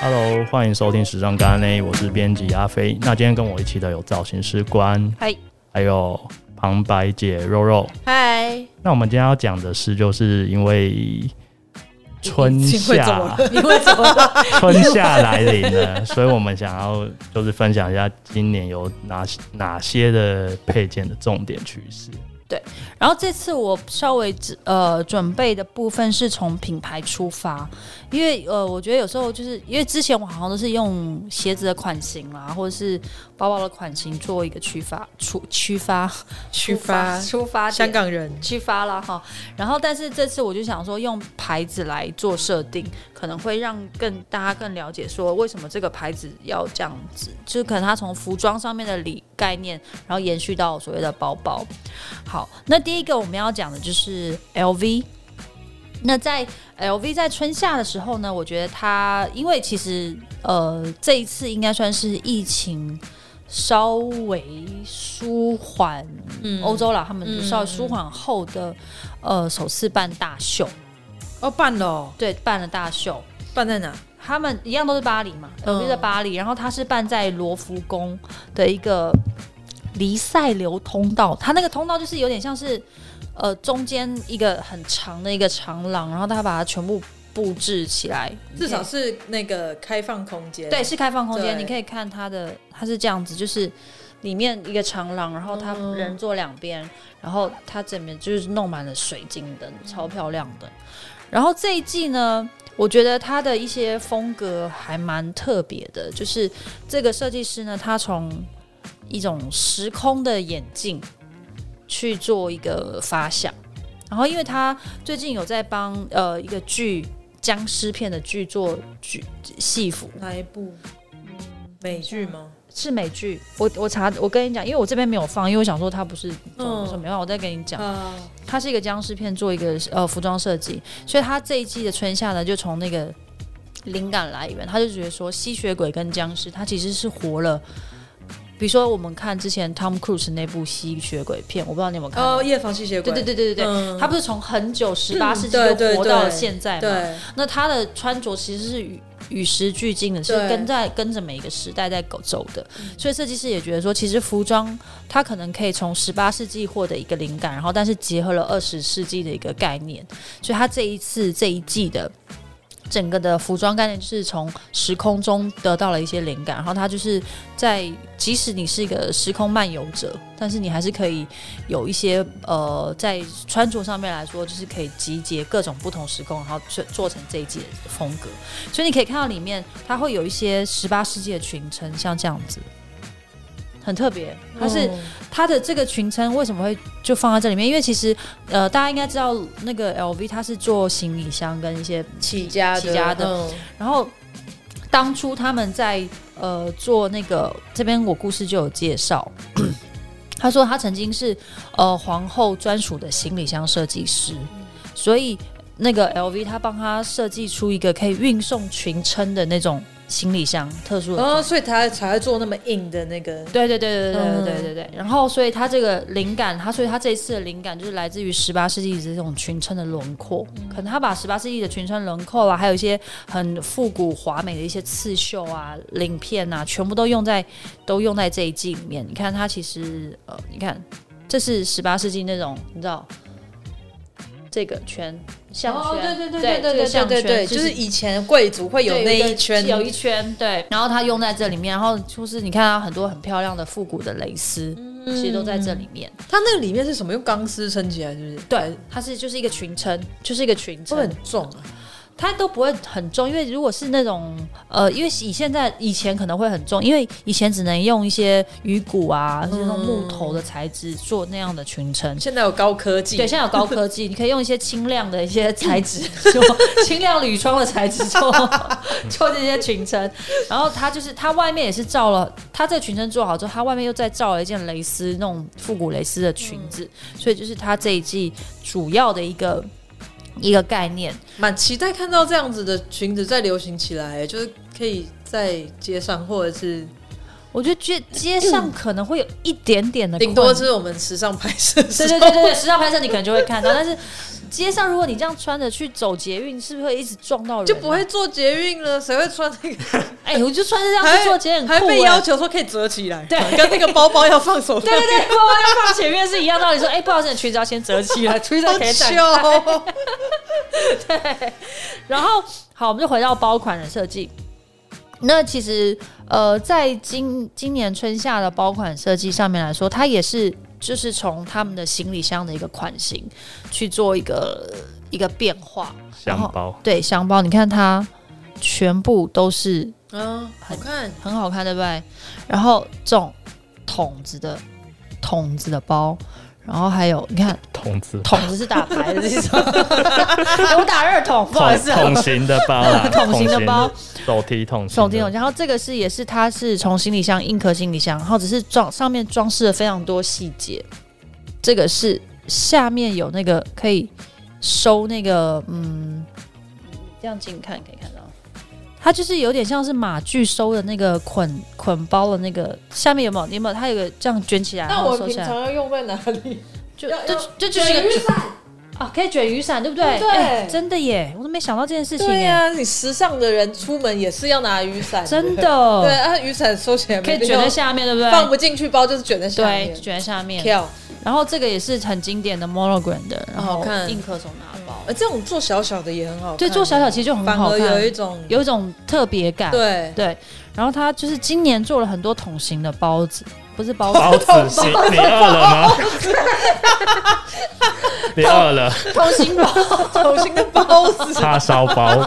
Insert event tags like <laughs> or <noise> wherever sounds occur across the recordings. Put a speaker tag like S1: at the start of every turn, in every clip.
S1: Hello，欢迎收听《时尚干嘞》，我是编辑阿飞。那今天跟我一起的有造型师关，
S2: 嗨
S1: 还有旁白姐肉肉。
S2: 嗨，
S1: 那我们今天要讲的是，就是因为春夏
S2: 你会怎么了？
S1: <laughs>
S2: <laughs>
S1: 春夏来临了，所以我们想要就是分享一下今年有哪些哪些的配件的重点趋势。
S2: 然后这次我稍微只呃准备的部分是从品牌出发，因为呃我觉得有时候就是因为之前我好像都是用鞋子的款型啦，或者是包包的款型做一个区发出区发
S3: 去发
S2: 出发点
S3: 香港人，
S2: 去发啦哈。然后，但是这次我就想说，用牌子来做设定，可能会让更大家更了解说为什么这个牌子要这样子，就是可能它从服装上面的理概念，然后延续到所谓的包包。好，那第一个我们要讲的就是 LV。那在 LV 在春夏的时候呢，我觉得它因为其实呃这一次应该算是疫情稍微舒缓
S3: 嗯
S2: 欧洲啦，他们
S3: 嗯
S2: 稍微舒缓后的、呃首次办大秀，
S3: 哦办了哦，
S2: 对，办了大秀。
S3: 办在哪？
S2: 他们一样都是巴黎嘛，
S3: 嗯
S2: 我就在巴黎，然后他是办在罗浮宫的一个黎塞留通道，它那个通道就是有点像是呃中间一个很长的一个长廊，然后他把它全部布置起来，
S3: 至少是那个开放空间。
S2: 对，是开放空间，
S3: 对
S2: 你可以看它的，它是这样子，就是里面一个长廊，然后它
S3: 嗯
S2: 人坐两边，然后它整面就是弄满了水晶灯，超漂亮的。然后这一季呢，我觉得它的一些风格还蛮特别的，就是这个设计师呢，他从一种时空的眼镜去做一个发想。然后，因为他最近有在帮呃一个剧僵尸片的剧做剧戏服，
S3: 哪一部？美剧吗？
S2: 是美剧，我我查，我跟你讲，因为我这边没有放，因为我想说它不是中文，
S3: 嗯
S2: 说没办法，我再跟你讲，
S3: 啊，
S2: 它是一个僵尸片，做一个呃服装设计，所以它这一季的春夏呢，就从那个灵感来源，他就觉得说吸血鬼跟僵尸，它其实是活了。比如说，我们看之前 Tom Cruise 那部吸血鬼片，我不知道你有没有看过。
S3: 哦，夜访吸血鬼。
S2: 对对对对对对，
S3: 嗯
S2: 他不是从很久十八
S3: 嗯
S2: 世纪
S3: 对对
S2: 就活到了
S3: 对
S2: 现在嘛？
S3: 对，
S2: 那他的穿着其实是与与时俱进的，是
S3: 对
S2: 跟在跟着每一个时代在走走的。所以设计师也觉得说，其实服装它可能可以从十八世纪获得一个灵感，然后但是结合了二十世纪的一个概念，所以他这一次这一季的。整个的服装概念就是从时空中得到了一些灵感，然后他就是在即使你是一个时空漫游者，但是你还是可以有一些呃，在穿着上面来说，就是可以集结各种不同时空，然后做做成这一季的风格。所以你可以看到里面，它会有一些十八世纪的裙撑，像这样子，很特别。它是、
S3: 哦
S2: 它的这个裙撑为什么会就放在这里面？因为其实呃，大家应该知道那个 LV 它是做行李箱跟一些
S3: 起家的
S2: 起家的，
S3: 嗯
S2: 然后当初他们在呃做那个这边我故事就有介绍， <clears throat> 他说他曾经是呃皇后专属的行李箱设计师，所以那个 LV 他帮他设计出一个可以运送裙撑的那种行李箱，特殊的
S3: 哦，所以他才会做那么硬的那个。
S2: 对对对对对对
S3: 嗯
S2: 对对对。然后，所以他这个灵感，他所以他这一次的灵感就是来自于十八世纪的这种裙撑的轮廓，
S3: 嗯
S2: 可能他把十八世纪的裙撑轮廓啊，还有一些很复古华美的一些刺绣啊、鳞片啊，全部都用在都用在这一季里面。你看，它其实呃，你看这是十八世纪那种，你知道这个圈项圈，
S3: 哦，对对对
S2: 对
S3: 对
S2: 这个
S3: 对对
S2: 项
S3: 对
S2: 圈
S3: 对，就是以前贵族会有
S2: 对
S3: 那
S2: 对
S3: 一圈，
S2: 有一圈对，然后它用在这里面，然后就是你看它很多很漂亮的复古的蕾丝，其实都在这里面。
S3: 它那个里面是什么？用钢丝撑起来，是不是？还
S2: 对
S3: 是，
S2: 它是就是一个裙撑，就是一个裙
S3: 会不会
S2: 撑，
S3: 很重啊？
S2: 它都不会很重，因为如果是那种呃，因为以现在以前可能会很重，因为以前只能用一些鱼骨啊，就是那种木头的材质做那样的裙撑。
S3: 现在有高科技，
S2: 对，现在有高科技，你可以用一些轻量的一些材
S3: <laughs>
S2: 质做轻量铝窗的材质做做这些裙撑，然后它就是它外面也是罩了，它这个裙撑做好之后，它外面又再罩了一件蕾丝那种复古蕾丝的裙子，
S3: 嗯
S2: 所以就是它这一季主要的一个一个概念。
S3: 蛮期待看到这样子的裙子再流行起来，就是可以在街上，或者是
S2: 我就觉得街
S3: 嗯
S2: 上可能会有一点点的困
S3: 顶多是我们时尚拍摄的时
S2: 对
S3: 候，
S2: 对对对对，时尚拍摄你可能就会看到，但是街上如果你这样穿着去走捷运，是不是会一直撞到人、啊
S3: 就不会。做捷运了，谁会穿那个？
S2: 哎、我就穿着这样去做捷运，很
S3: 还
S2: 酷
S3: 被
S2: 哎
S3: 要求说可以折起来，
S2: 对
S3: 跟那个包包要放手上
S2: 对对对，包包要放前面是一样道理。说，哎、不好意思，你裙子要先折起来，裙子
S3: 好
S2: 可以展开
S3: 糗哦。
S2: 然后好，我们就回到包款的设计。那其实呃，在今今年春夏的包款设计上面来说，它也是就是从他们的行李箱的一个款型去做一个一个变化。然
S1: 香
S2: 后
S1: 包，
S2: 对，箱包，你看它全部都是
S3: 嗯，好看，
S2: 很好看，对不对？然后这种筒子的筒子的包，然后还有你看
S1: 筒子，
S2: 筒子是打牌的这种， <laughs> 我打二筒，不好意思啊、，
S1: 筒型的包啦
S2: <laughs> 筒型的包
S1: 筒型，手提筒型的，
S2: 手提桶，然后这个是也是它是从行李箱硬壳行李箱，然后只是装上面装饰了非常多细节。这个是下面有那个可以收那个嗯，这样近看可以看到，它就是有点像是马具收的那个捆捆包的那个下面有没有？你有没有？它有个这样卷起来，然
S3: 那
S2: 后
S3: 我
S2: 收
S3: 平
S2: 起来，
S3: 常要用在哪里？
S2: 就
S3: 要
S2: 这
S3: 要
S2: 这就是一个
S3: 雨伞。
S2: 啊，可以卷雨伞，对不对？
S3: 对
S2: 哎真的耶，我都没想到这件事情
S3: 对
S2: 耶，
S3: 呀、啊你时尚的人出门也是要拿雨伞，
S2: 真。
S3: 对
S2: 的
S3: 啊，雨伞收起来
S2: 可以
S3: 没必
S2: 卷
S3: 要
S2: 在下面，对不对？
S3: 放不进去包就是卷在下
S2: 对
S3: 面，。
S2: 卷在下面。
S3: 跳，
S2: 然后这个也是很经典的 monogram 的，然
S3: 好
S2: 后
S3: 看
S2: 硬壳手拿包，
S3: 呃，这种做小小的也很好看，
S2: 对，做小小其实就很
S3: 反
S2: 好
S3: 而
S2: 看，
S3: 有一种
S2: 有一种特别感。
S3: 对
S2: 对，然后他就是今年做了很多桶型的包子，不是包子，
S1: <laughs> 包子型，你饿了 <laughs> 吗？你饿了？，
S2: 桶型包，
S3: 手心的包子
S1: 叉烧包，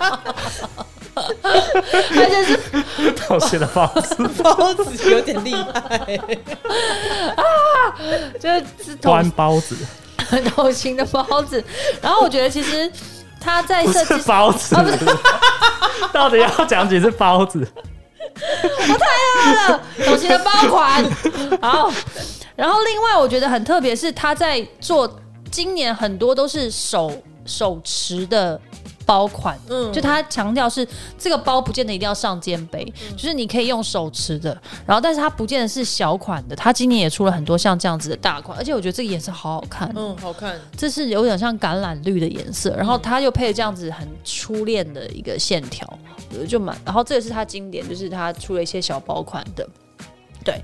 S2: 它就是
S1: 筒型的包子， <laughs>
S3: 包子有点厉害，
S2: <laughs> <laughs> 就是
S1: 端
S2: <laughs> 桶
S1: 包子，
S2: 桶型的包子。然后我觉得其实他在
S1: 不
S2: 设计
S1: 是包子
S2: 啊不是，
S1: 到底要讲几次包子？
S2: 桶型的包款， <laughs> 好。然后另外我觉得很特别是他在做今年很多都是手手持的包款，
S3: 嗯，
S2: 就他强调是这个包不见得一定要上肩背，就是你可以用手持的，然后但是它不见得是小款的，它今年也出了很多像这样子的大款，而且我觉得这个颜色好好看，哦
S3: 嗯好看，
S2: 这是有点像橄榄绿的颜色，然后它又配这样子很初恋的一个线条，我就蛮，然后这个是它经典，就是它出了一些小包款的。对，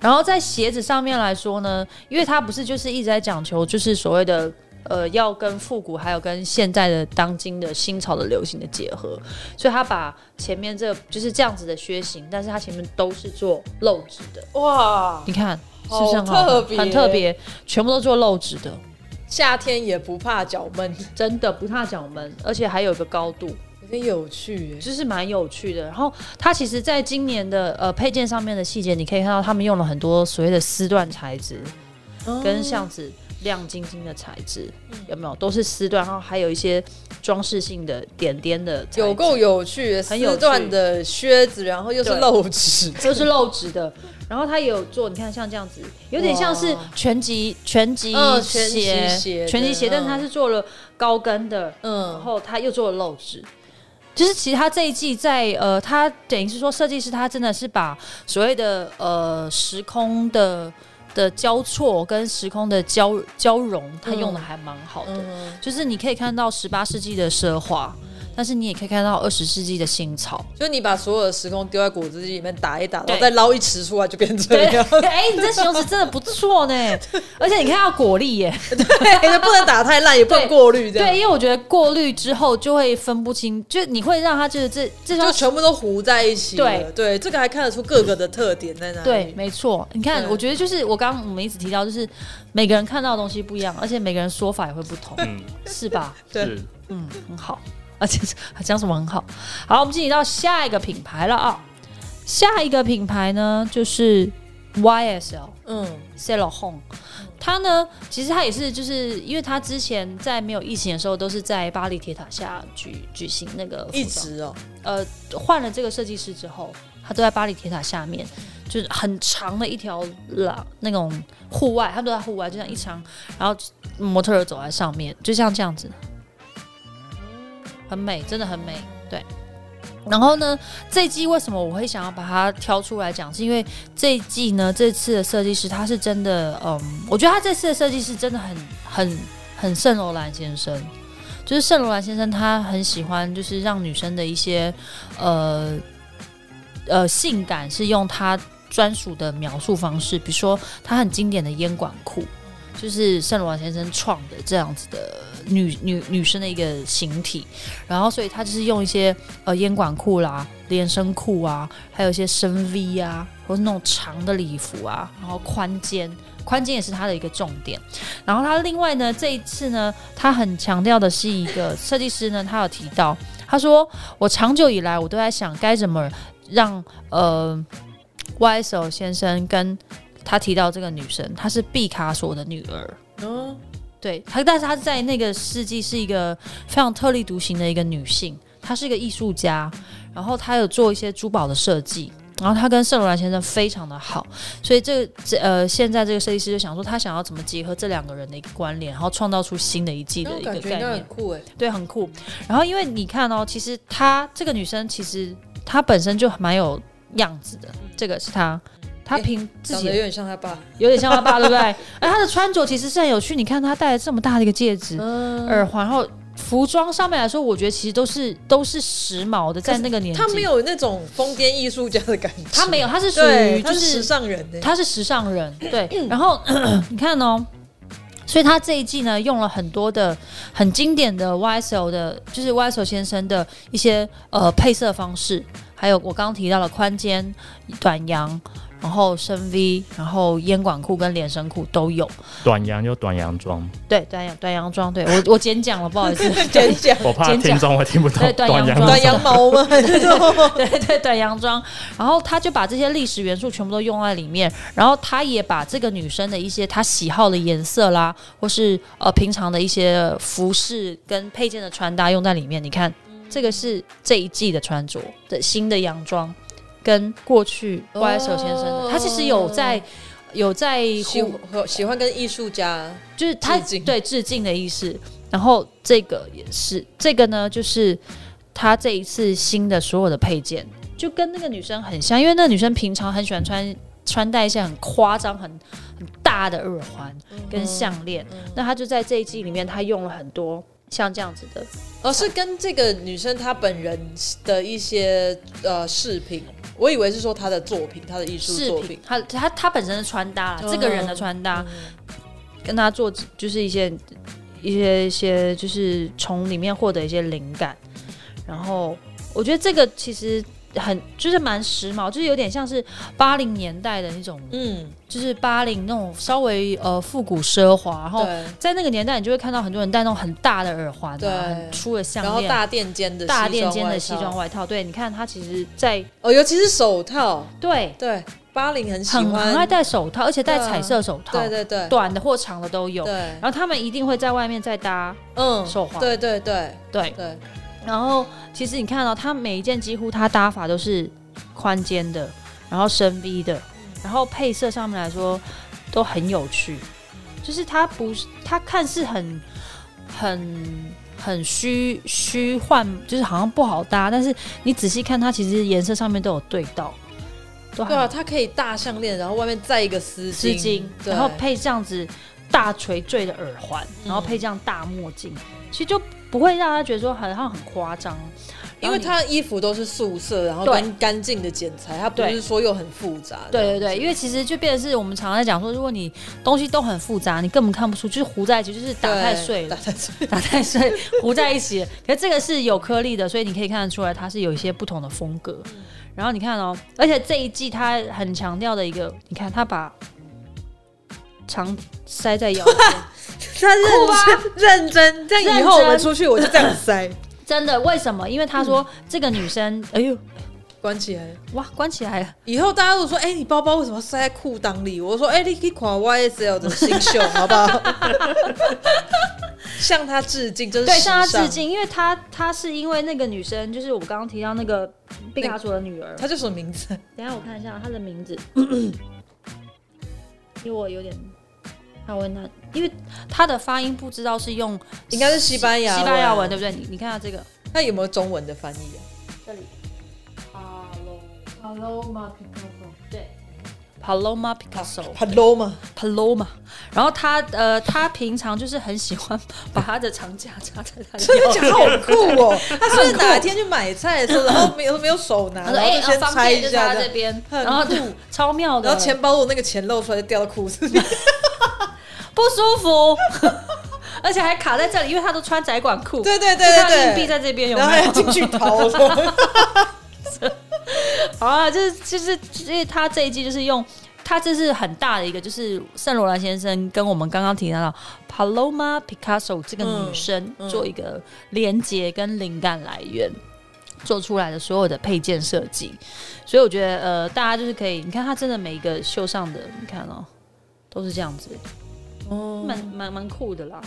S2: 然后在鞋子上面来说呢，因为它不是就是一直在讲求就是所谓的呃要跟复古还有跟现在的当今的新潮的流行的结合，所以它把前面这就是这样子的靴型，但是它前面都是做露趾的，
S3: 哇，
S2: 你看是不是很好看
S3: 好特别
S2: 很特别，全部都做露趾的，
S3: 夏天也不怕脚闷，
S2: 真的不怕脚闷，而且还有一个高度，
S3: 有点有趣耶，
S2: 就是蛮有趣的。然后它其实在今年的呃配件上面的细节，你可以看到他们用了很多所谓的丝缎材质，哦
S3: 嗯
S2: 跟像是亮晶晶的材质，有没有？都是丝缎，然后还有一些装饰性的点点的材质，
S3: 有 <laughs> 够有趣耶，丝
S2: 很有趣
S3: 缎的靴子，然后又是
S2: 对
S3: 露
S2: <laughs>
S3: 趾，
S2: 都是露趾的。然后它也有做，你看像这样子，有点像是
S3: 哇
S2: 拳击拳击
S3: 嗯拳击
S2: 鞋
S3: 鞋
S2: 拳击
S3: 的
S2: 鞋，但是它
S3: 嗯
S2: 是做了高跟的，然
S3: 嗯，
S2: 后他又做了漏汁。就是其实他这一季在呃，他等于是说设计师他真的是把所谓的呃时空的的交错跟时空的交交融，他用的还蛮好的。
S3: 嗯，
S2: 就是你可以看到十八世纪的奢华，但是你也可以看到二十世纪的新潮。
S3: 就你把所有的时空丢在果汁机里面打一打，然
S2: 对
S3: 后再捞一池出来，就变这
S2: 对，
S3: 样。
S2: <laughs> 哎、你这形容词真的不错
S3: <laughs>
S2: 呢，而且你看到果粒耶，
S3: 对，不能打太烂，也不能
S2: 对
S3: 过滤，这样
S2: 对，因为我觉得过滤之后就会分不清，就你会让他就是这这双
S3: 就全部都糊在一起了。
S2: 对
S3: 对，这个还看得出各个的特点在哪里。
S2: 对，，没错。你看，
S3: 对
S2: 我觉得就是我刚刚我们一直提到，就是每个人看到的东西不一样，而且每个人说法也会不同，
S1: 嗯，
S2: 是吧？
S3: 对
S1: 是
S2: 嗯，很好。而且是讲什么很好。好，我们进行到下一个品牌了啊、下一个品牌呢，就是 YSL。
S3: 嗯，
S2: s e l o Home，他呢，其实他也是，就是因为他之前在没有疫情的时候，都是在巴黎铁塔下举举行那个服
S3: 一
S2: 装
S3: 直哦，
S2: 呃换了这个设计师之后，他都在巴黎铁塔下面，就是很长的一条廊，那种户外，他们都在户外，就像一长，然后模特儿走在上面，就像这样子，很美，真的很美，对。然后呢，这一季为什么我会想要把它挑出来讲，是因为这一季呢，这次的设计师他是真的，嗯，我觉得他这次的设计师真的很很很圣罗兰先生，就是圣罗兰先生他很喜欢，就是让女生的一些呃呃性感是用他专属的描述方式，比如说他很经典的烟管裤，就是圣罗兰先生创的这样子的女女女生的一个形体，然后所以他就是用一些呃烟管裤啦、连身裤啊，还有一些深 V 啊，或是那种长的礼服啊，然后宽肩，宽肩也是他的一个重点。然后他另外呢，这一次呢，他很强调的是一个设计师呢，他有提到，他说我长久以来我都在想该怎么让呃 YSL 先生跟他提到这个女生，她是毕卡索的女儿。
S3: 哦，
S2: 对她，但是她在那个世纪是一个非常特立独行的一个女性，她是一个艺术家，然后她有做一些珠宝的设计，然后她跟圣罗兰先生非常的好，所以这个这呃，现在这个设计师就想说，他想要怎么结合这两个人的一个关联，然后创造出新的一季
S3: 那
S2: 的
S3: 我
S2: 一个
S3: 感觉
S2: 概
S3: 应该
S2: 念
S3: 很。酷哎，
S2: 对，很酷。然后因为你看哦，其实她这个女生其实她本身就蛮有样子的，这个是她，她
S3: 诶
S2: 凭自
S3: 嗯长
S2: 己
S3: 得
S2: 的
S3: 有点像他爸。
S2: 有点像他爸，对 <laughs> 不对？而他的穿着其实是很有趣，你看他戴了这么大的一个戒指、
S3: 嗯
S2: 耳环，然后服装上面来说，我觉得其实都是都是时髦的，在那个年纪，
S3: 他没，有那种疯癫艺术家的感觉，
S2: 他没有，他是属
S3: 对，
S2: 于
S3: 他
S2: 就是
S3: 时
S2: 是
S3: 尚人欸呢。
S2: 他是时尚人，对。然后 <clears throat> 你看哦，所以他这一季呢用了很多的很经典的 YSL 的，就是 YSL 先生的一些呃配色方式，还有我刚刚提到的宽肩、短洋。然后深 V，然后烟管裤跟连身裤都有，
S1: 短洋就短洋装，
S2: 对，短洋短洋装，对我我剪讲了，不好意思， <laughs>
S3: 剪讲
S1: 我怕
S2: 肩胛
S1: 听众会听不懂
S2: 对短洋
S1: 洋
S2: 装
S3: 短羊毛吗？
S2: <laughs> 对对短洋装，然后他就把这些历史元素全部都用在里面，然后他也把这个女生的一些她喜好的颜色啦，或是呃平常的一些服饰跟配件的穿搭用在里面。你看，这个是这一季的穿着的新的洋装，跟过去 YSL 先生的，他其实有在有在
S3: 喜欢喜欢跟艺术家，
S2: 就是他
S3: 致敬
S2: 对致敬的意思。然后这个也是，这个呢就是他这一次新的所有的配件，就跟那个女生很像，因为那个女生平常很喜欢穿穿戴一些很夸张、很很大的耳环
S3: 嗯
S2: 跟项链，那她就在这一季里面，她用了很多像这样子的，
S3: 而哦是跟这个女生她本人的一些呃饰品。我以为是说她的作品，她的艺术
S2: 饰
S3: 作
S2: 品啊
S3: 品，，
S2: 他他他本身的穿搭啦，
S3: 嗯
S2: 这个人的穿搭，跟他做就是一些一些一些就是从里面获得一些灵感，然后我觉得这个其实很就是蛮时髦，就是有点像是八零年代的那种，
S3: 嗯，
S2: 就是八零那种稍微呃复古奢华，然后
S3: 对，
S2: 在那个年代你就会看到很多人戴那种很大的耳环、
S3: 对
S2: 啊，很粗的项
S3: 然后
S2: 链。
S3: 大垫肩的
S2: 大
S3: 西
S2: 垫
S3: 装
S2: 肩
S3: 外
S2: 的西
S3: 套
S2: 装外套，对，你看他其实在，
S3: 哦，尤其是手套，
S2: 对
S3: 对，八零很喜
S2: 很很爱
S3: 欢，
S2: 戴手套，而且戴
S3: 对啊
S2: 彩色手套，
S3: 对对对
S2: 短的或长的都有。
S3: 对，
S2: 然后他们一定会在外面再搭
S3: 嗯，
S2: 手嗯环，
S3: 对对对
S2: 对。
S3: 对，
S2: 然后其实你看到、他每一件几乎他搭法都是宽肩的，然后深 V 的，
S3: 嗯
S2: 然后配色上面来说都很有趣，就是它不是它看似很很。很虚虚幻，就是好像不好搭，但是你仔细看它，其实颜色上面都有对到，都
S3: 对
S2: 很
S3: 啊，它可以大项链，然后外面再一个丝
S2: 丝巾，
S3: 对
S2: 然后配这样子大垂坠的耳环，然后
S3: 嗯
S2: 配这样大墨镜，其实就不会让他觉得说好像很夸张，
S3: 因为它衣服都是素色，然后
S2: 对
S3: 干干净的剪裁，它不
S2: 对
S3: 是说又很复杂这样
S2: 对对
S3: 子，
S2: 对，因为其实就变成是我们常在讲说，如果你东西都很复杂，你根本看不出，就是糊在一起，就是打
S3: 对
S2: 太碎
S3: 打
S2: 了，
S3: 太碎， <laughs>
S2: <laughs> 打太碎糊在一起。可是这个是有颗粒的，所以你可以看得出来，它是有一些不同的风格。然后你看哦，而且这一季它很强调的一个，你看它把长塞在腰间，
S3: 他
S2: 酷吧
S3: 认真认真，这样以
S2: 认
S3: 后
S2: 真
S3: 我们出去我就这样塞，
S2: 真的为什么？因为他
S3: 嗯
S2: 说这个女生，哎呦
S3: 关起来。
S2: 哇，关起来了。
S3: 以后大家都说，哎、你包包为什么要塞在裤裆里？我说，哎、你可以款 YSL 的新秀，好
S2: <laughs>
S3: 不好？向他致敬，真是
S2: 对，向她
S3: 时尚
S2: 致。敬，因为她她是因为那个女生，就是我刚刚提到那个毕卡索的女儿。
S3: 他叫什么名字？
S2: 等一下我看一下她的名
S3: <clears throat>
S2: 字，因为我有点好为难，因为她的发音不知道是用
S3: 应该是西班牙
S2: 西班牙文
S3: 文
S2: 对不对？你你看下这个
S3: 那有没有中文的翻译啊？
S2: 这里，Hello Hello m a r c o 对， Paloma Picasso。
S3: Paloma，
S2: Paloma，然后他呃，他平常就是很喜欢把他的长假插在他
S3: <laughs>
S2: 的腰
S3: 这个好酷哦！ <laughs> 他是不是哪一天去买菜的时候，然后没有没有手拿，
S2: 他说：“
S3: 然
S2: 哎、
S3: 后
S2: 欸，
S3: 就先
S2: 方
S3: 拆
S2: 便就
S3: 一
S2: 是
S3: 下
S2: 他
S3: 这
S2: 这
S3: 样，
S2: 边，
S3: 很
S2: 然后就
S3: 酷
S2: 超妙的，
S3: 然后钱包的那个钱露出来就掉到裤子里，
S2: 不舒服， <laughs> 而且还卡在这里，因为他都穿窄管裤，
S3: 对对对
S2: 所以他
S3: 对
S2: 硬币
S3: 对，
S2: 在这边有
S3: 然后
S2: 没
S3: 还要
S2: 有？
S3: 进去
S2: <laughs>
S3: 掏，
S2: 好啊，就是就是，因为他这一季就是用。他这是很大的一个，就是圣罗兰先生跟我们刚刚提到的 Paloma Picasso 这个女生
S3: 嗯嗯
S2: 做一个连接跟灵感来源，做出来的所有的配件设计。所以我觉得，呃，大家就是可以，你看他真的每一个秀上的，你看哦，都是这样子，
S3: 哦哎
S2: 蛮蛮蛮酷的啦，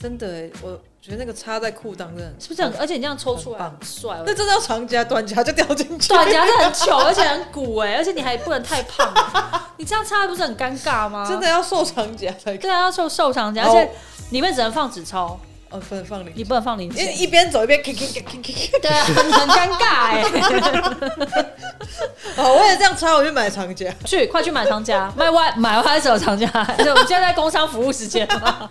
S3: 真的耶，我觉得那个插在裤裆真的很，
S2: 是不是很？而且你这样抽出来
S3: 很
S2: 很帅，我
S3: 那真的要长夹短夹就掉进去，
S2: 短夹是很糗，而且很鼓哎、而且你还啊不能太胖，啊
S3: <laughs>
S2: 你这样插不是很尴尬吗？
S3: 真的要瘦长夹才可以，
S2: 对啊，要受受伤夹，
S3: 好
S2: 而且里面只能放纸钞，
S3: 哦，不能放
S2: 你
S3: 零，
S2: 不能放零
S3: 因为
S2: 钱。
S3: 一边走一边 k k k k k，
S2: 对啊，很很尴尬哎、
S3: <laughs> 哦，为了这样插，我去买长夹，
S2: 去，快去买长夹，卖歪买歪手长夹。对，我们现在在工商服务时间嘛。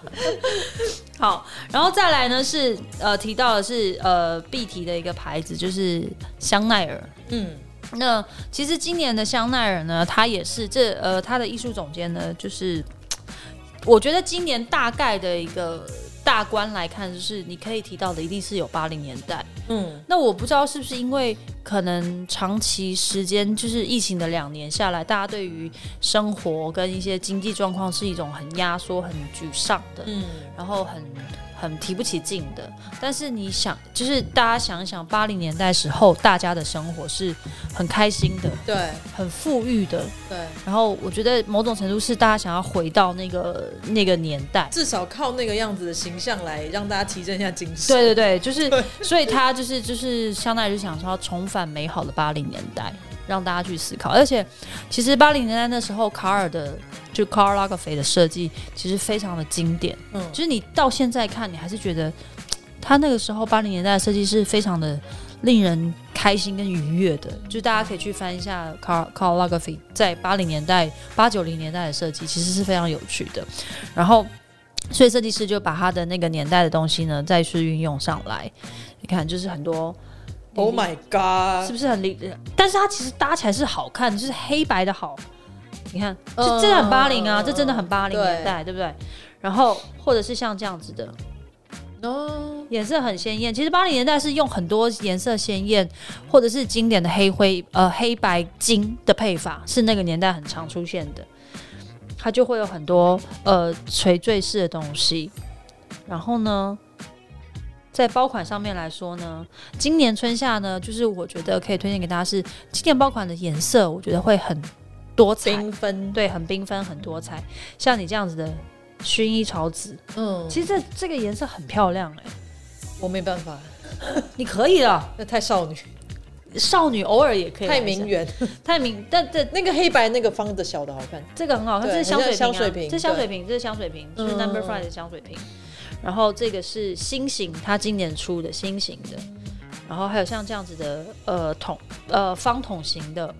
S2: 好，然后再来呢是呃提到的是呃必提的一个牌子就是香奈儿，
S3: 嗯，
S2: 那其实今年的香奈儿呢，它也是这呃，它的艺术总监呢，就是我觉得今年大概的一个大观来看，就是你可以提到的一定是有八零年代。
S3: 嗯，
S2: 那我不知道是不是因为可能长期时间就是疫情的两年下来，大家对于生活跟一些经济状况是一种很压缩、很沮丧的，
S3: 嗯，
S2: 然后很很提不起劲的。但是你想，就是大家想一想，八零年代时候大家的生活是很开心的，
S3: 对
S2: 很富裕的。
S3: 对，
S2: 然后我觉得某种程度是大家想要回到那个那个年代。
S3: 至少靠那个样子的形象来让大家提振一下精神，
S2: 对对对，就是
S3: 对，
S2: <laughs> 所以他就是就是香奈儿就想说要重返美好的八零年代，让大家去思考。而且其实八零年代那时候卡尔的就 Karl Lagerfeld 的设计其实非常的经典，
S3: 嗯
S2: 就是你到现在看，你还是觉得嘖他那个时候八零年代的设计是非常的令人开心跟愉悦的。就是大家可以去翻一下 Carl Carl l a g e r f e l d 在八零年代、八九零年代的设计，其实是非常有趣的。然后，所以设计师就把他的那个年代的东西呢，再去运用上来。你看，就是很多。
S3: ，Oh my
S2: 是
S3: god，
S2: 不是很理？但是它其实搭起来是好看，就是黑白的好。你看，
S3: 嗯
S2: 这真的很八零啊，
S3: 嗯
S2: 这真的很八零年代，对不对？然后或者是像这样子的
S3: 哦，
S2: 颜色很鲜艳，其实八零年代是用很多颜色鲜艳，或者是经典的黑灰呃黑白金的配法，是那个年代很常出现的。它就会有很多呃垂坠式的东西，然后呢，在包款上面来说呢，今年春夏呢，就是我觉得可以推荐给大家是今年包款的颜色，我觉得会很多彩，
S3: 缤纷，
S2: 对，很缤纷，很多彩。像你这样子的薰衣草紫，
S3: 嗯，
S2: 其实这这个颜色很漂亮哎、
S3: 我没办法，
S2: 你可以了，
S3: 那太少女，
S2: 少女偶尔也可以来
S3: 太
S2: 一下。
S3: 名媛，
S2: 太明，但这
S3: 那个黑白那个方的小的好看，
S2: 这个很好看，
S3: 对
S2: 这是香水瓶、啊，
S3: 很像香水瓶嗯
S2: 这是香水瓶，这是香水瓶，就是 Number Five 的香水瓶。然后这个是新型，它今年出的新型的。然后还有像这样子的呃桶呃方桶型的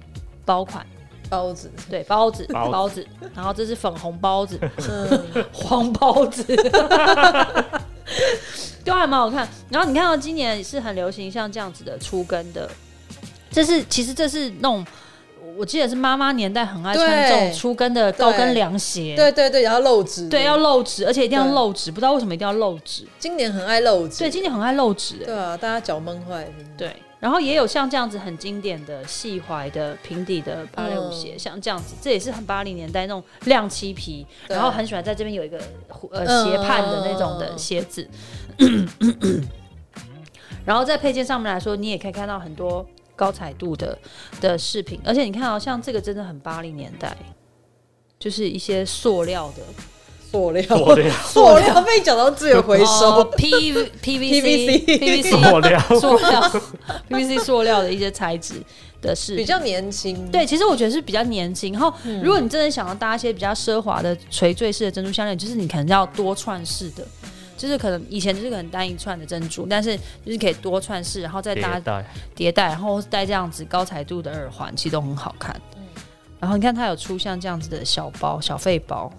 S2: 包款，
S3: 包子，
S2: 对包子
S1: 包子
S2: 子，然后这是粉红包子，
S3: 嗯，
S2: 黄包子，都还蛮好看。然后你看到今年是很流行像这样子的粗跟的，这是其实这是那种我记得是妈妈年代很爱穿
S3: 对
S2: 这种粗跟的高跟凉鞋，
S3: 对对对，然后露趾，
S2: 对要露趾，而且一定要
S3: 对
S2: 露趾，不知道为什么一定要露趾。
S3: 今年很爱露趾，
S2: 对，今年很爱露趾、欸，
S3: 对啊，大家脚闷坏，
S2: 对。然后也有像这样子很经典的细踝的平底的芭蕾舞鞋，
S3: 嗯
S2: 像这样子，这也是很八零年代那种亮漆皮，
S3: 对
S2: 然后很喜欢在这边有一个弧呃
S3: 嗯
S2: 斜畔的那种的鞋子。然后在配件上面来说，你也可以看到很多高彩度的的饰品，而且你看哦，像这个真的很八零年代，就是一些塑料的
S3: 塑料，
S1: 塑料，
S3: 塑料被讲到资源回收，
S2: 哦 P
S3: <laughs>
S2: PVC
S3: PVC <laughs>
S2: PVC
S1: 塑料， <laughs>
S2: 塑料 PVC 塑料的一些材质的饰
S3: 比
S2: 品。
S3: 较年轻，
S2: 对，其实我觉得是比较年轻。然后，如果你真的想要搭一些比较奢华的垂坠式的珍珠项链，就是你可能要多串式的，就是可能以前就是可能单一串的珍珠，但是就是可以多串式，然后再搭
S1: 迭代，
S2: 嗯迭代，然后戴这样子高彩度的耳环，其实都很好看。然后你看它有出像这样子的小包、小费包，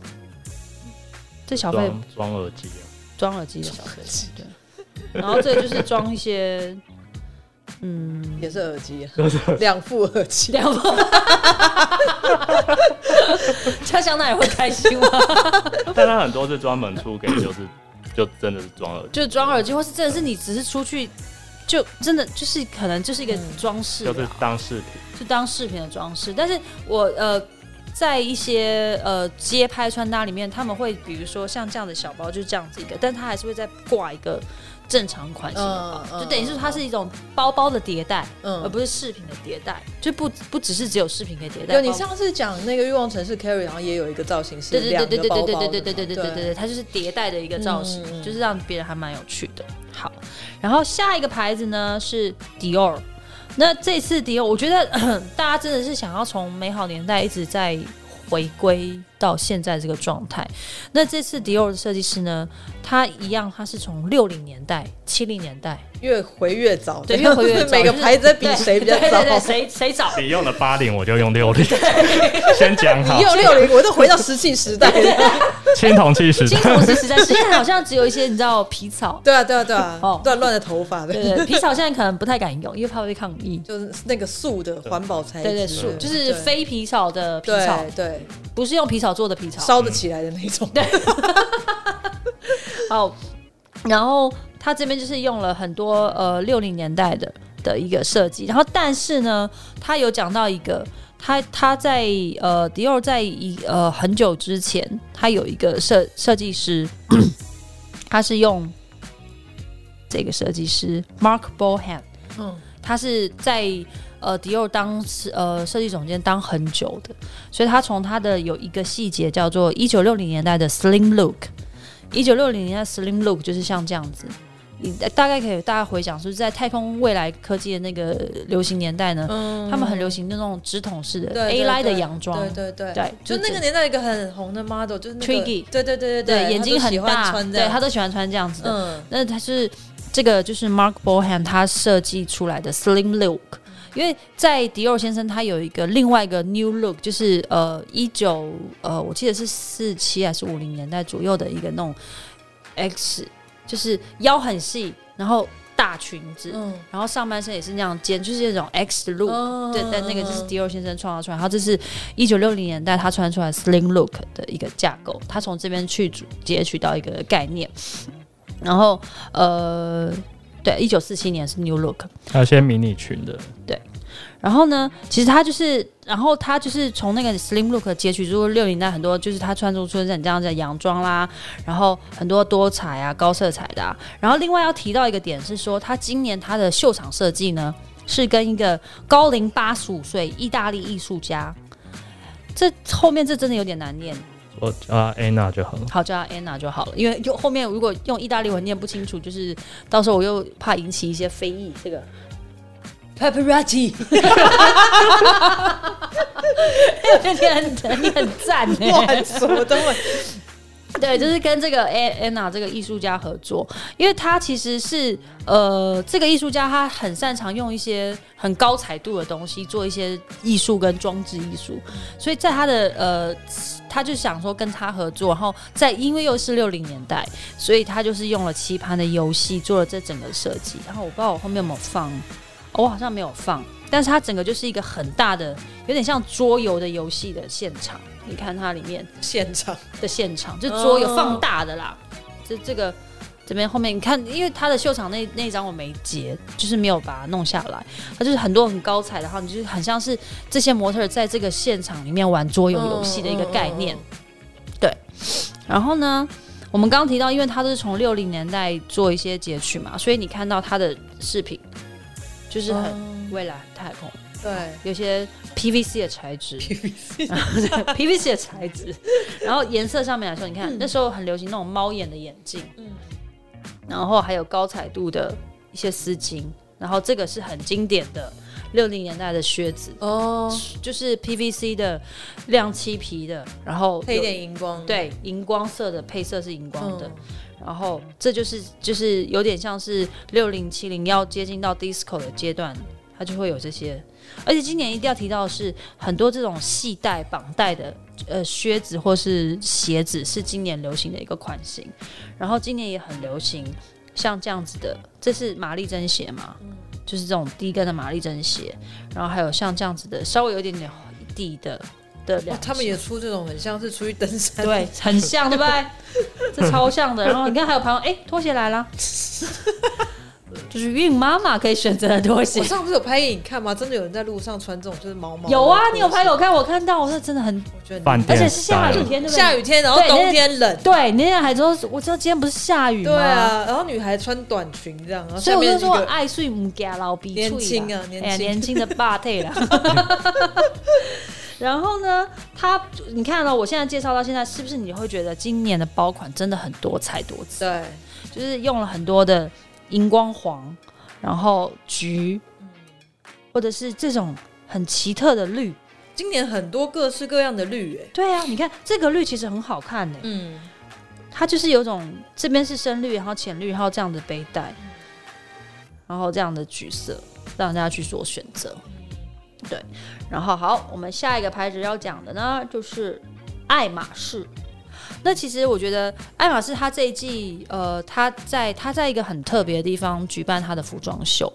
S2: 这小费
S1: 装装耳机啊，
S2: 装耳机的小费，对。然后这就是装一些，嗯，
S3: 也是耳机，啊两副耳
S2: <laughs>
S3: 机，
S2: 两包。家乡那也会开心哦吗？
S1: 但它很多是专门出给就是就真的是装耳机，
S2: 就装耳机，或是真的是你只是出去，就真的就是可能就是一啊个
S3: 嗯
S2: 装饰啦，
S1: 就是当饰品，
S2: 就当饰品的装饰。但是我呃，在一些呃街拍穿搭里面，他们会比如说像这样的小包，就这样子一个，但它还是会再挂一个正常款型的包，
S3: 嗯嗯
S2: 就等于是它是一种包包的迭代，而
S3: 嗯。
S2: 不是饰品的迭代，就不不只是只有饰品可以迭代。
S3: 有你
S2: 包
S3: 上次讲那个欲望城市 Carry，然后也有一个造型是
S2: 对对
S3: 两
S2: 对
S3: 个
S2: 对对
S3: 包
S2: 对
S3: 包的嘛，
S2: 对对对对对对对对，它就是迭代的一个造型，
S3: 嗯嗯嗯
S2: 就是让别人还蛮有趣的。好，然后下一个牌子呢是 Dior。那这次 Dior，我觉得 <clears throat> 咳大家真的是想要从美好年代一直在回归到现在这个状态。那这次 Dior 的设计师呢，他一样，他是从六零年代、七零年代，
S3: 越回越早，
S2: 对，越回
S3: <laughs>
S2: 越早
S3: 每个
S2: 就是
S3: 牌子在比
S2: 对
S3: 谁比较
S2: 对
S3: 早
S2: 对。对，谁谁早。 <laughs>
S1: <laughs> 你用了八零，我就用六零， <laughs> 先讲好
S3: <laughs> 你，有六零，我都回到石器时代了。
S1: <laughs> 青铜器时
S2: 金
S1: 代，
S2: 同时时代，现在好像只有一些你知道皮草，
S3: 对啊，对啊，对啊
S2: 哦，
S3: 乱乱的头发的，
S2: 对对，皮草现在可能不太敢用，因为怕被抗议。
S3: 就是那个素的环保材质，
S2: 对对，树就是
S3: 对
S2: 非皮草的皮草嗯
S3: 对，对
S2: 不是用皮草做的皮草。
S3: 烧得起来的那种。
S2: 哦，然后它这边就是用了很多呃六零年代的的一个设计，然后但是呢，它有讲到一个。它它在呃，迪奥在一呃很久之前，它有一个设设计 <coughs> 师，他是用这个设计师 Mark Bohan，
S3: 嗯，
S2: 他是在呃迪奥当呃设计总监当很久的，所以他从他的有一个细节叫做一九六零年代的 slim look，一九六零年代 slim look 就是像这样子。你大概可以大家回想，就是在太空未来科技的那个流行年代呢，
S3: 嗯
S2: 他们很流行那种直筒式的
S3: 对
S2: A
S3: 对
S2: line 的
S3: 对
S2: 洋装，
S3: 对对对
S2: 对
S3: 就
S2: 就
S3: 那
S2: 这
S3: 个年代有一个很红的 model，就是那个
S2: Twiggy
S3: 对对对对
S2: 对眼
S3: 他
S2: 睛
S3: 就喜
S2: 很
S3: 欢
S2: 大，
S3: 穿这
S2: 对
S3: 样
S2: 他都喜欢穿这样子的。
S3: 嗯
S2: 那它是这个就是 Mark Bohan 他设计出来的 Slim Look，因为在迪奥先生他有一个另外一个 New Look，就是呃一九呃我记得是四七还是五零年代左右的一个那种 X，就是腰很细，然后大裙子，
S3: 嗯，
S2: 然后上半身也是那样尖，就是那种 X 的 look。
S3: 哦
S2: 嗯对，但那个就是迪奥先生创造出来，然后这是一九六零年代他穿出来 slim look 的一个架构，他从这边去主截取到一个概念，然后呃，对，一九四七年是 new look，
S1: 还有些迷你裙的，
S2: 然后呢，其实他就是，然后他就是从那个 slim look 截取出六零代很多，就是他穿出穿成这样子的洋装啦，然后很多多彩啊、高色彩的、啊。然后另外要提到一个点是说，他今年他的秀场设计呢，是跟一个高龄八十五岁意大利艺术家，这后面这真的有点难念，
S1: 我叫她 Anna 就好了。
S2: 好叫她 Anna 就好了，因为就后面如果用意大利文念不清楚，就是到时候我又怕引起一些非议。这个 <laughs> paparazzi，你很你很赞哎、
S3: 乱什么都会，
S2: <laughs> 对，就是跟这个 A- Anna 这个艺术家合作，因为他其实是呃，这个艺术家他很擅长用一些很高彩度的东西做一些艺术跟装置艺术，所以在他的呃，他就想说跟他合作，然后在因为又是六零年代，所以他就是用了棋盘的游戏做了这整个设计。然后我不知道我后面有没有放，哦我好像没有放，但是它整个就是一个很大的，有点像桌游的游戏的现场。你看它里面。
S3: 现场
S2: 的现场，就桌游
S3: 哦
S2: 放大的啦。这这个这边后面你看，因为他的秀场那那一张我没截，就是没有把它弄下来。它就是很多很高彩的，然后你就是很像是这些模特儿在这个现场里面玩桌游游戏的一个概念。
S3: 哦
S2: 然后呢，我们刚刚提到，因为它都是从六零年代做一些截取嘛，所以你看到它的饰品
S3: 嗯
S2: 就是很
S3: 很
S2: 未来太空，
S3: 对。
S2: 有些 PVC 的材质 <laughs> ，PVC 的材质，然后颜色上面来说，你看、那时候很流行那种猫眼的眼镜，
S3: 嗯
S2: 然后还有高彩度的一些丝巾，然后这个是很经典的六零年代的靴子，
S3: 哦，
S2: 就是 PVC 的亮漆皮的，然后有
S3: 配一点荧光，
S2: 对荧光色的配色是荧光
S3: 嗯，
S2: 的，然后这就是就是有点像是六零七零要接近到 disco 的阶段它就会有这些。而且今年一定要提到的是，很多这种系带、绑带的呃靴子或是鞋子是今年流行的一个款型，然后今年也很流行像这样子的，这是玛丽珍鞋嘛，就是这种低跟的玛丽珍鞋，然后还有像这样子的稍微有一点点底的的
S3: 哇
S2: 凉，鞋。
S3: 哦他们也出这种很像是出去登 <laughs> 山，
S2: 对，很像，对不
S3: <laughs>
S2: 对？这超像的。然后你看，还有朋友，哎、拖鞋来了，就是孕妈妈可以选择的拖鞋
S3: 我。上次有拍给你看吗？真的有人在路上穿这种就是毛毛的
S2: 有啊
S3: 拖，鞋
S2: 你有拍给我看，我看到，我说真的很，
S3: 我觉得
S1: 饭
S3: 你
S2: 而
S1: 店
S2: 且是下雨
S1: style
S2: 天，对不对？
S3: 啊下
S2: 雨。
S3: 雨天，然后
S2: 对那
S3: 冬天冷，
S2: 对，你那天还说，我知道今天不是下雨吗？
S3: 对啊，然后女孩穿短裙这样，然后
S2: 所以
S3: 下
S2: 我
S3: 面
S2: 就
S3: 这
S2: 说，
S3: 个
S2: 爱睡母家老鼻
S3: 年
S2: 脆啦
S3: 轻啊年
S2: 哎呀
S3: 轻
S2: 年轻的霸退
S3: <laughs>
S2: 啦。然后呢，他你看哦到、我现在介绍到现在，是不是你会觉得今年的包款真的很多彩多姿？
S3: 对，
S2: 就是用了很多的荧光黄，然后橘，或者是这种很奇特的绿。
S3: 今年很多各式各样的绿，哎，
S2: 对啊，你看这个绿其实很好看呢、
S3: 嗯，
S2: 它就是有种这边是深绿，然后浅绿，然后这样的背带，然后这样的橘色，让大家去做选择。对，然后好，我们下一个牌子要讲的呢，就是爱马仕。那其实我觉得爱马仕它这一季，呃，它在它在一个很特别的地方举办它的服装秀，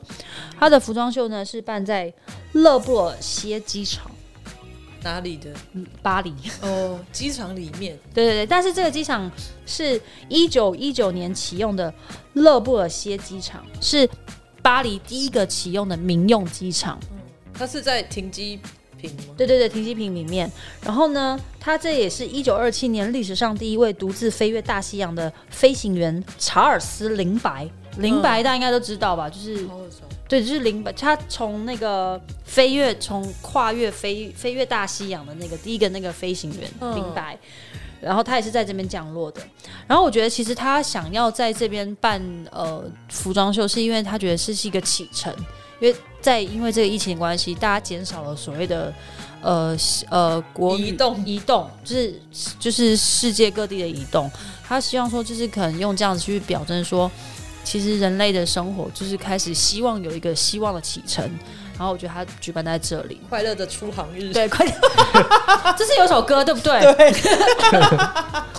S2: 它的服装秀呢是办在勒布尔歇机场，
S3: 哪里的？
S2: 嗯巴黎。
S3: 哦，机场里面，
S2: 对对对，但是这个机场是一九一九年启用的勒布尔歇机场，是巴黎第一个启用的民用机场。
S3: 它是在停机坪吗？
S2: 对对对，停机坪里面。然后呢，它这也是一九二七年历史上第一位独自飞越大西洋的飞行员查尔斯林白。林白大家应该都知道吧，就是
S3: 好耳熟
S2: 对，就是林白，他从那个飞跃，从跨越飞飞越大西洋的那个第一个那个飞行员、
S3: 嗯
S2: 林白，然后他也是在这边降落的。然后我觉得其实他想要在这边办呃服装秀，是因为他觉得是是一个启程，因为在因为这个疫情的关系，大家减少了所谓的呃是呃国
S3: 移
S2: 语
S3: 动
S2: 移动，就是就是世界各地的移动。他希望说，就是可能用这样子去表征说，其实人类的生活就是开始希望有一个希望的启程。然后我觉得他举办在这里，
S3: 快乐的出航日， <laughs>
S2: 对，快点， <laughs> 这是有首歌对不对？
S3: 对，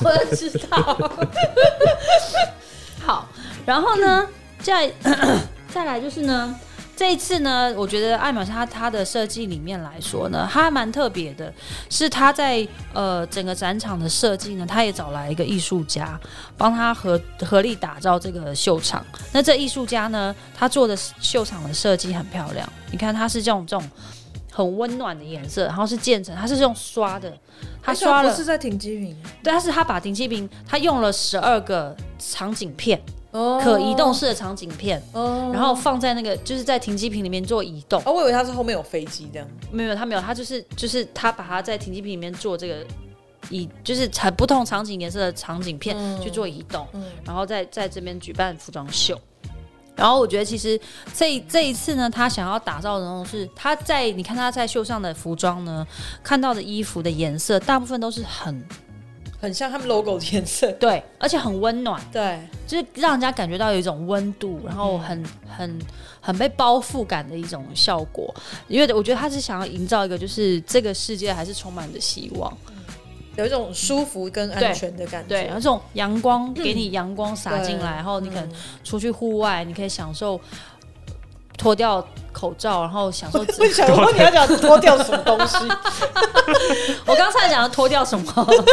S2: 我都知道。好，然后呢，再再来就是呢，这一次呢，我觉得爱马仕它它的设计里面来说呢，它还蛮特别的，是它在呃整个展场的设计呢，它也找来一个艺术家帮他合合力打造这个秀场。那这艺术家呢，他做的秀场的设计很漂亮，你看它是这种这种。很温暖的颜色，然后是渐层，它是用刷的，它刷了
S3: 不是在停机坪啊
S2: 对，但是他把停机坪，他用了十二个场景片，
S3: 哦
S2: 啊可移动式的场景片，
S3: 哦
S2: 然后放在那个就是在停机坪里面做移动。
S3: 哦，我以为它是后面有飞机这样，
S2: 没有，他没有，他就是就是他把它在停机坪里面做这个移，就是很不同场景颜色的场景片
S3: 嗯
S2: 去做移动，
S3: 嗯
S2: 然后在在这边举办服装秀。然后我觉得其实这这一次呢，他想要打造的那种是他在你看他在秀上的服装呢，看到的衣服的颜色大部分都是很
S3: 很像他们
S2: <laughs>
S3: logo 的颜色，
S2: 对，而且很温暖。
S3: 对，
S2: 就是让人家感觉到有一种温度，然后很很很被包覆感的一种效果。因为我觉得他是想要营造一个，就是这个世界还是充满着希望，
S3: 有一种舒服跟安全的感觉，
S2: 对，然后这种阳光给你阳光洒进来，然后你可能
S3: 嗯
S2: 出去户外，你可以享受脱掉口罩，然后享受自
S3: 我也
S2: <laughs>
S3: 想说你要讲脱掉什么东西，
S2: 我刚才讲的脱掉什么？ <laughs>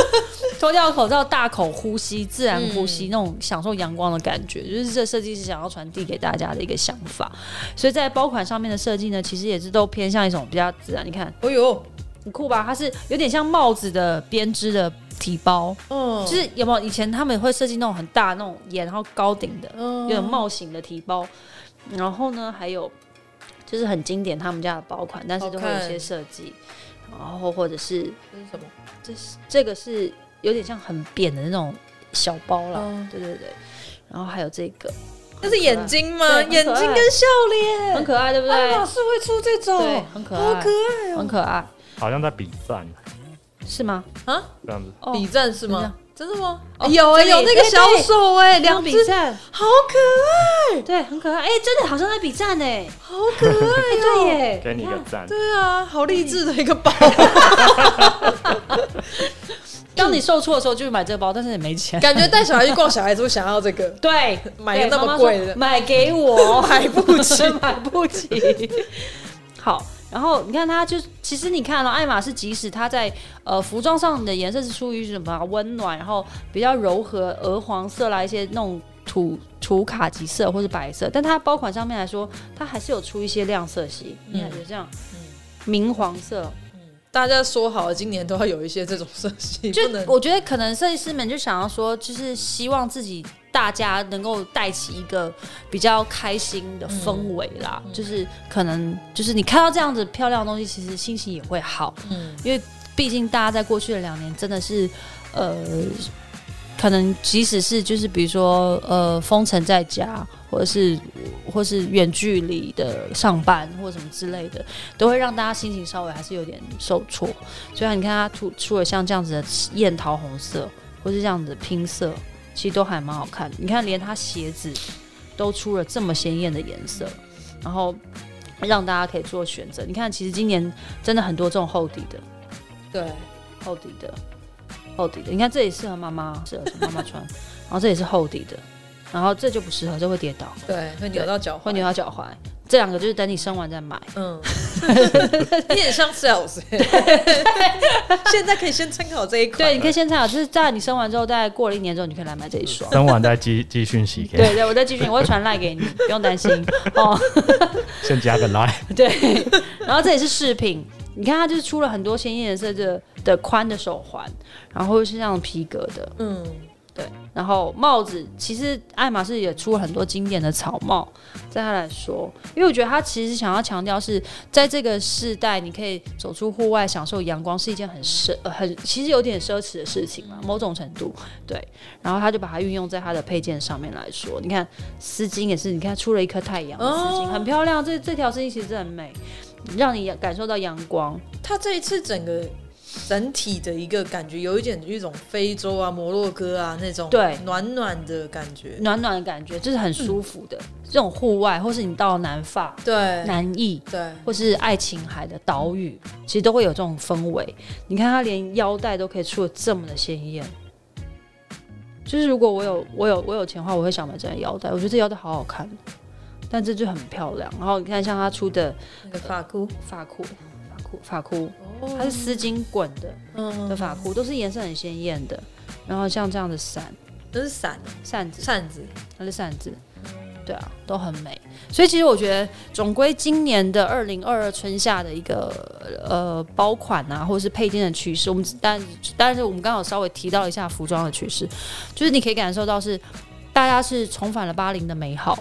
S2: 脱掉口罩，大口呼吸，自然呼吸，那种享受阳光的感觉，就是这设计师想要传递给大家的一个想法。所以在包款上面的设计呢，其实也是都偏向一种比较自然。你看，
S3: 哦呦，
S2: 很酷吧？它是有点像帽子的编织的提包，
S3: 嗯，
S2: 就是有没有以前他们会设计那种很大那种眼，然后高顶的，
S3: 嗯
S2: 有点帽型的提包，然后呢还有就是很经典他们家的包款，但是都会有一
S3: 好
S2: 些
S3: 看
S2: 设计，然后或者是
S3: 这是什么？
S2: 这是这个是有点像很扁的那种小包啦，
S3: 嗯
S2: 对对对。然后还有这个，
S3: 那是眼睛吗？
S2: 对很可爱
S3: 眼睛跟笑脸，
S2: 很可爱，对不
S3: 爱
S2: 对？
S3: 马仕会出这种，
S2: 对，很可
S3: 好
S2: 爱，
S3: 可爱
S2: 很
S3: 哦，
S2: 可爱，
S1: 好像在比赞
S2: 是吗？
S1: 这样子，
S2: 哦，
S3: 比赞是
S2: 是这样
S3: 吗？真的吗？
S2: 哦
S3: 有哎、
S2: 这里
S3: 有那个
S2: 对
S3: 小手哎、两
S2: 比
S3: 只，
S2: 赞，
S3: 好可爱，
S2: 对，很可爱。哎、真的好像在比赞呢、哎
S3: 好可
S2: <laughs>
S3: 爱哦、
S2: 对耶，
S1: 给你一个赞。
S3: 对啊，好励志的一个包。
S2: 当你受挫的时候，就去买这个包，但是也没钱。
S3: 感觉带小孩去逛小孩子会想要这个，
S2: 对，
S3: 买
S2: 对
S3: 个那么
S2: 妈妈
S3: 贵
S2: 说
S3: 的
S2: 买给我，
S3: <laughs> 买不起
S2: <laughs> 买不起。 <laughs> 好，然后你看它就，其实你看了、爱马仕，即使它在呃服装上的颜色是出于什么啊温暖，然后比较柔和鹅黄色啦，一些那种土土卡其色或是白色，但它包款上面来说，它还是有出一些亮色系，你
S3: 嗯
S2: 感觉这样，明黄色，
S3: 大家说好了，今年都要有一些这种设计，
S2: 就
S3: 不能
S2: 我觉得可能设计师们就想要说，就是希望自己大家能够带起一个比较开心的氛
S3: 嗯
S2: 围啦，就是可能就是你看到这样子漂亮的东西，其实心情也会好，
S3: 嗯
S2: 因为毕竟大家在过去的两年真的是呃。可能即使是就是比如说呃封城在家，或者是或是远距离的上班或什么之类的，都会让大家心情稍微还是有点受挫。所以你看它突出了像这样子的艳桃红色，或是这样子的拼色，其实都还蛮好看的。你看，连它鞋子都出了这么鲜艳的颜色，然后让大家可以做选择。你看，其实今年真的很多这种厚底的、
S3: 对。
S2: 厚底的、厚底的。你看，这也适合妈妈，适合妈妈 <laughs> 穿。然后这也是厚底的，然后这就不适合，这会跌倒，
S3: 对，会扭到脚踝，
S2: 会扭到脚踝。这两个就是等你生完再买。 <laughs>
S3: 嗯， <laughs> 你很像 sales，现欸
S2: <laughs>
S3: 在可以先参考这一款。
S2: 对，你可以先参考，就是在你生完之后，大概过了一年之后，你就可以来买这一双。
S1: 等晚再寄寄讯息给你，
S2: 对对，我再继续，我会传赖给 <laughs> 你，不用担心哦。
S1: 先加个 line。
S2: 对，然后这也是饰品，你看它就是出了很多鲜艳颜色的的宽的手环，然后是那种皮革的，
S3: 嗯，
S2: 对，然后帽子，其实爱马仕也出了很多经典的草帽，在他来说，因为我觉得他其实想要强调是在这个世代，你可以走出户外享受阳光是一件很奢、呃很其实有点奢侈的事情嘛，某种程度对。然后他就把它运用在他的配件上面来说，你看丝巾也是，你看出了一颗太阳的丝巾，
S3: 哦
S2: 很漂亮，这这条丝巾其实很美，让你感受到阳光。
S3: 它这一次整个整体的一个感觉，有一点一种非洲啊、摩洛哥啊那种
S2: 对
S3: 暖暖的感觉。
S2: 暖暖的感觉，就是很舒服的、这种户外，或是你到南法、
S3: 对
S2: 南意，
S3: 对，
S2: 或是爱琴海的岛屿，其实都会有这种氛围。你看它连腰带都可以出的这么的鲜艳，就是如果我有我有我有钱的话，我会想买这样的腰带。我觉得这腰带好好看，哦但这就很漂亮。然后你看像它出的
S3: 那个发箍，
S2: 发裤、发裤、发裤，
S3: 哦
S2: 它是丝巾滚的的
S3: 嗯，
S2: 发裤，都是颜色很鲜艳的。然后像这样的伞
S3: 那是伞
S2: 扇子，
S3: 扇子。
S2: 它是扇子，对啊，都很美。所以其实我觉得，总归今年的二零二二春夏的一个呃包款啊，或者是配件的趋势，我们但但是我们刚好稍微提到一下服装的趋势，就是你可以感受到是大家是重返了八零的美好，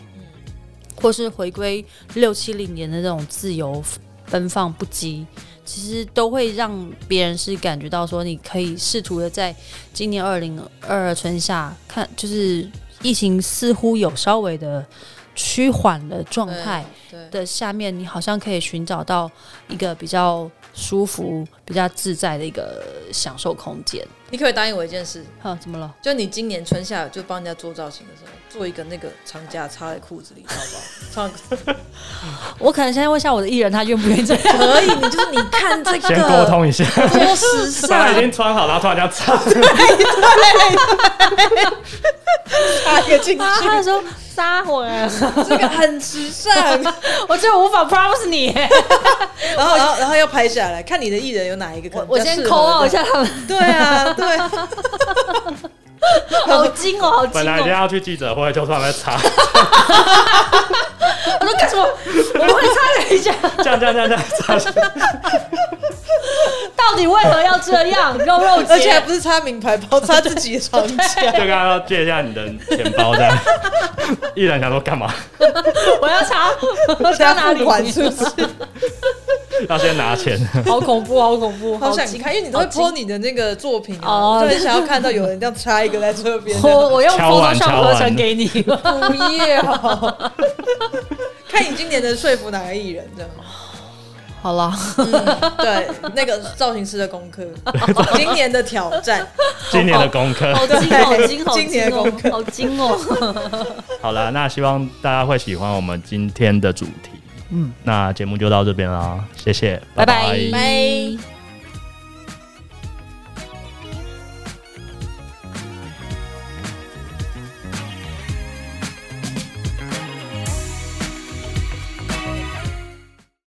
S2: 或是回归六七零年的这种自由奔放不羁。其实都会让别人是感觉到说，你可以试图的在今年二零二二春夏看，就是疫情似乎有稍微的趋缓的状态
S3: 对，
S2: 的下面，你好像可以寻找到一个比较舒服、比较自在的一个享受空间。
S3: 你可不可以答应我一件事，
S2: 哈，怎么了？
S3: 就你今年春夏就帮人家做造型的时候，做一个那个长夹插在裤子里，好
S2: <laughs>
S3: 不好？长
S2: 我可能现在问一下我的艺人，他愿不愿意 <laughs> 这样？
S3: 可以，你就是你看这个
S1: 先沟通一下，
S3: 多时
S1: 他已
S3: 尚，
S1: 经穿好了，突然间擦，
S3: 插一个进
S2: 啊， <laughs> 他就说撒谎啊，
S3: 这个很时尚。
S2: <laughs> 我真的无法 promise 你。
S3: 然后，然后，然后要拍下来，看你的艺人有哪一个可
S2: 我 <laughs> 我
S3: 能比
S2: <laughs>
S3: 较
S2: 先
S3: 适合
S2: call
S3: 的
S2: out 一下他们，
S3: 对啊，对啊，
S2: 好精哦，好精
S1: 本来今天
S2: 哦！
S1: 要去记者会，就突然间擦，
S2: 我说干什么？我帮你擦 <laughs> 了一下。
S1: 这样这样这样这样擦，
S2: 到底为何要这样？肉肉姐，
S3: <laughs> 而且还不是擦名牌
S2: <laughs>
S3: 包，擦自己的床
S1: 就
S3: 架。
S1: 跟他说借一下你的钱包这样。艺人想说干嘛？
S2: 我要查，我要查
S3: 加
S2: 啊哪
S3: 付
S2: 里？
S3: 款是不是？
S1: 要先拿钱，
S2: 好恐怖，好恐怖，
S3: 好想
S2: 惊
S3: 看，因为你都会
S2: 好惊
S3: po 你的那个作品啊，
S2: 哦
S3: 就很想要看到有人这样插一个在这边。
S2: <laughs>
S3: 哦
S2: 我我用
S1: 敲完
S2: Photoshop
S1: 敲完
S2: 合成给你，
S3: 不要，看你今年能说服哪个艺人这样。
S2: 好啦，
S3: 对，那个造型师的功
S2: <laughs>
S3: 课，今年的挑战，
S1: 今年的功课。
S4: 好精
S2: 哦
S4: 好精
S2: <laughs>
S4: 好
S3: 今
S4: 精
S3: 年的功
S4: 哦，好精哦，
S1: 好啦，那希望大家会喜欢我们今天的主题。嗯，那节目就到这边啦，谢谢，
S2: 拜拜
S3: 拜。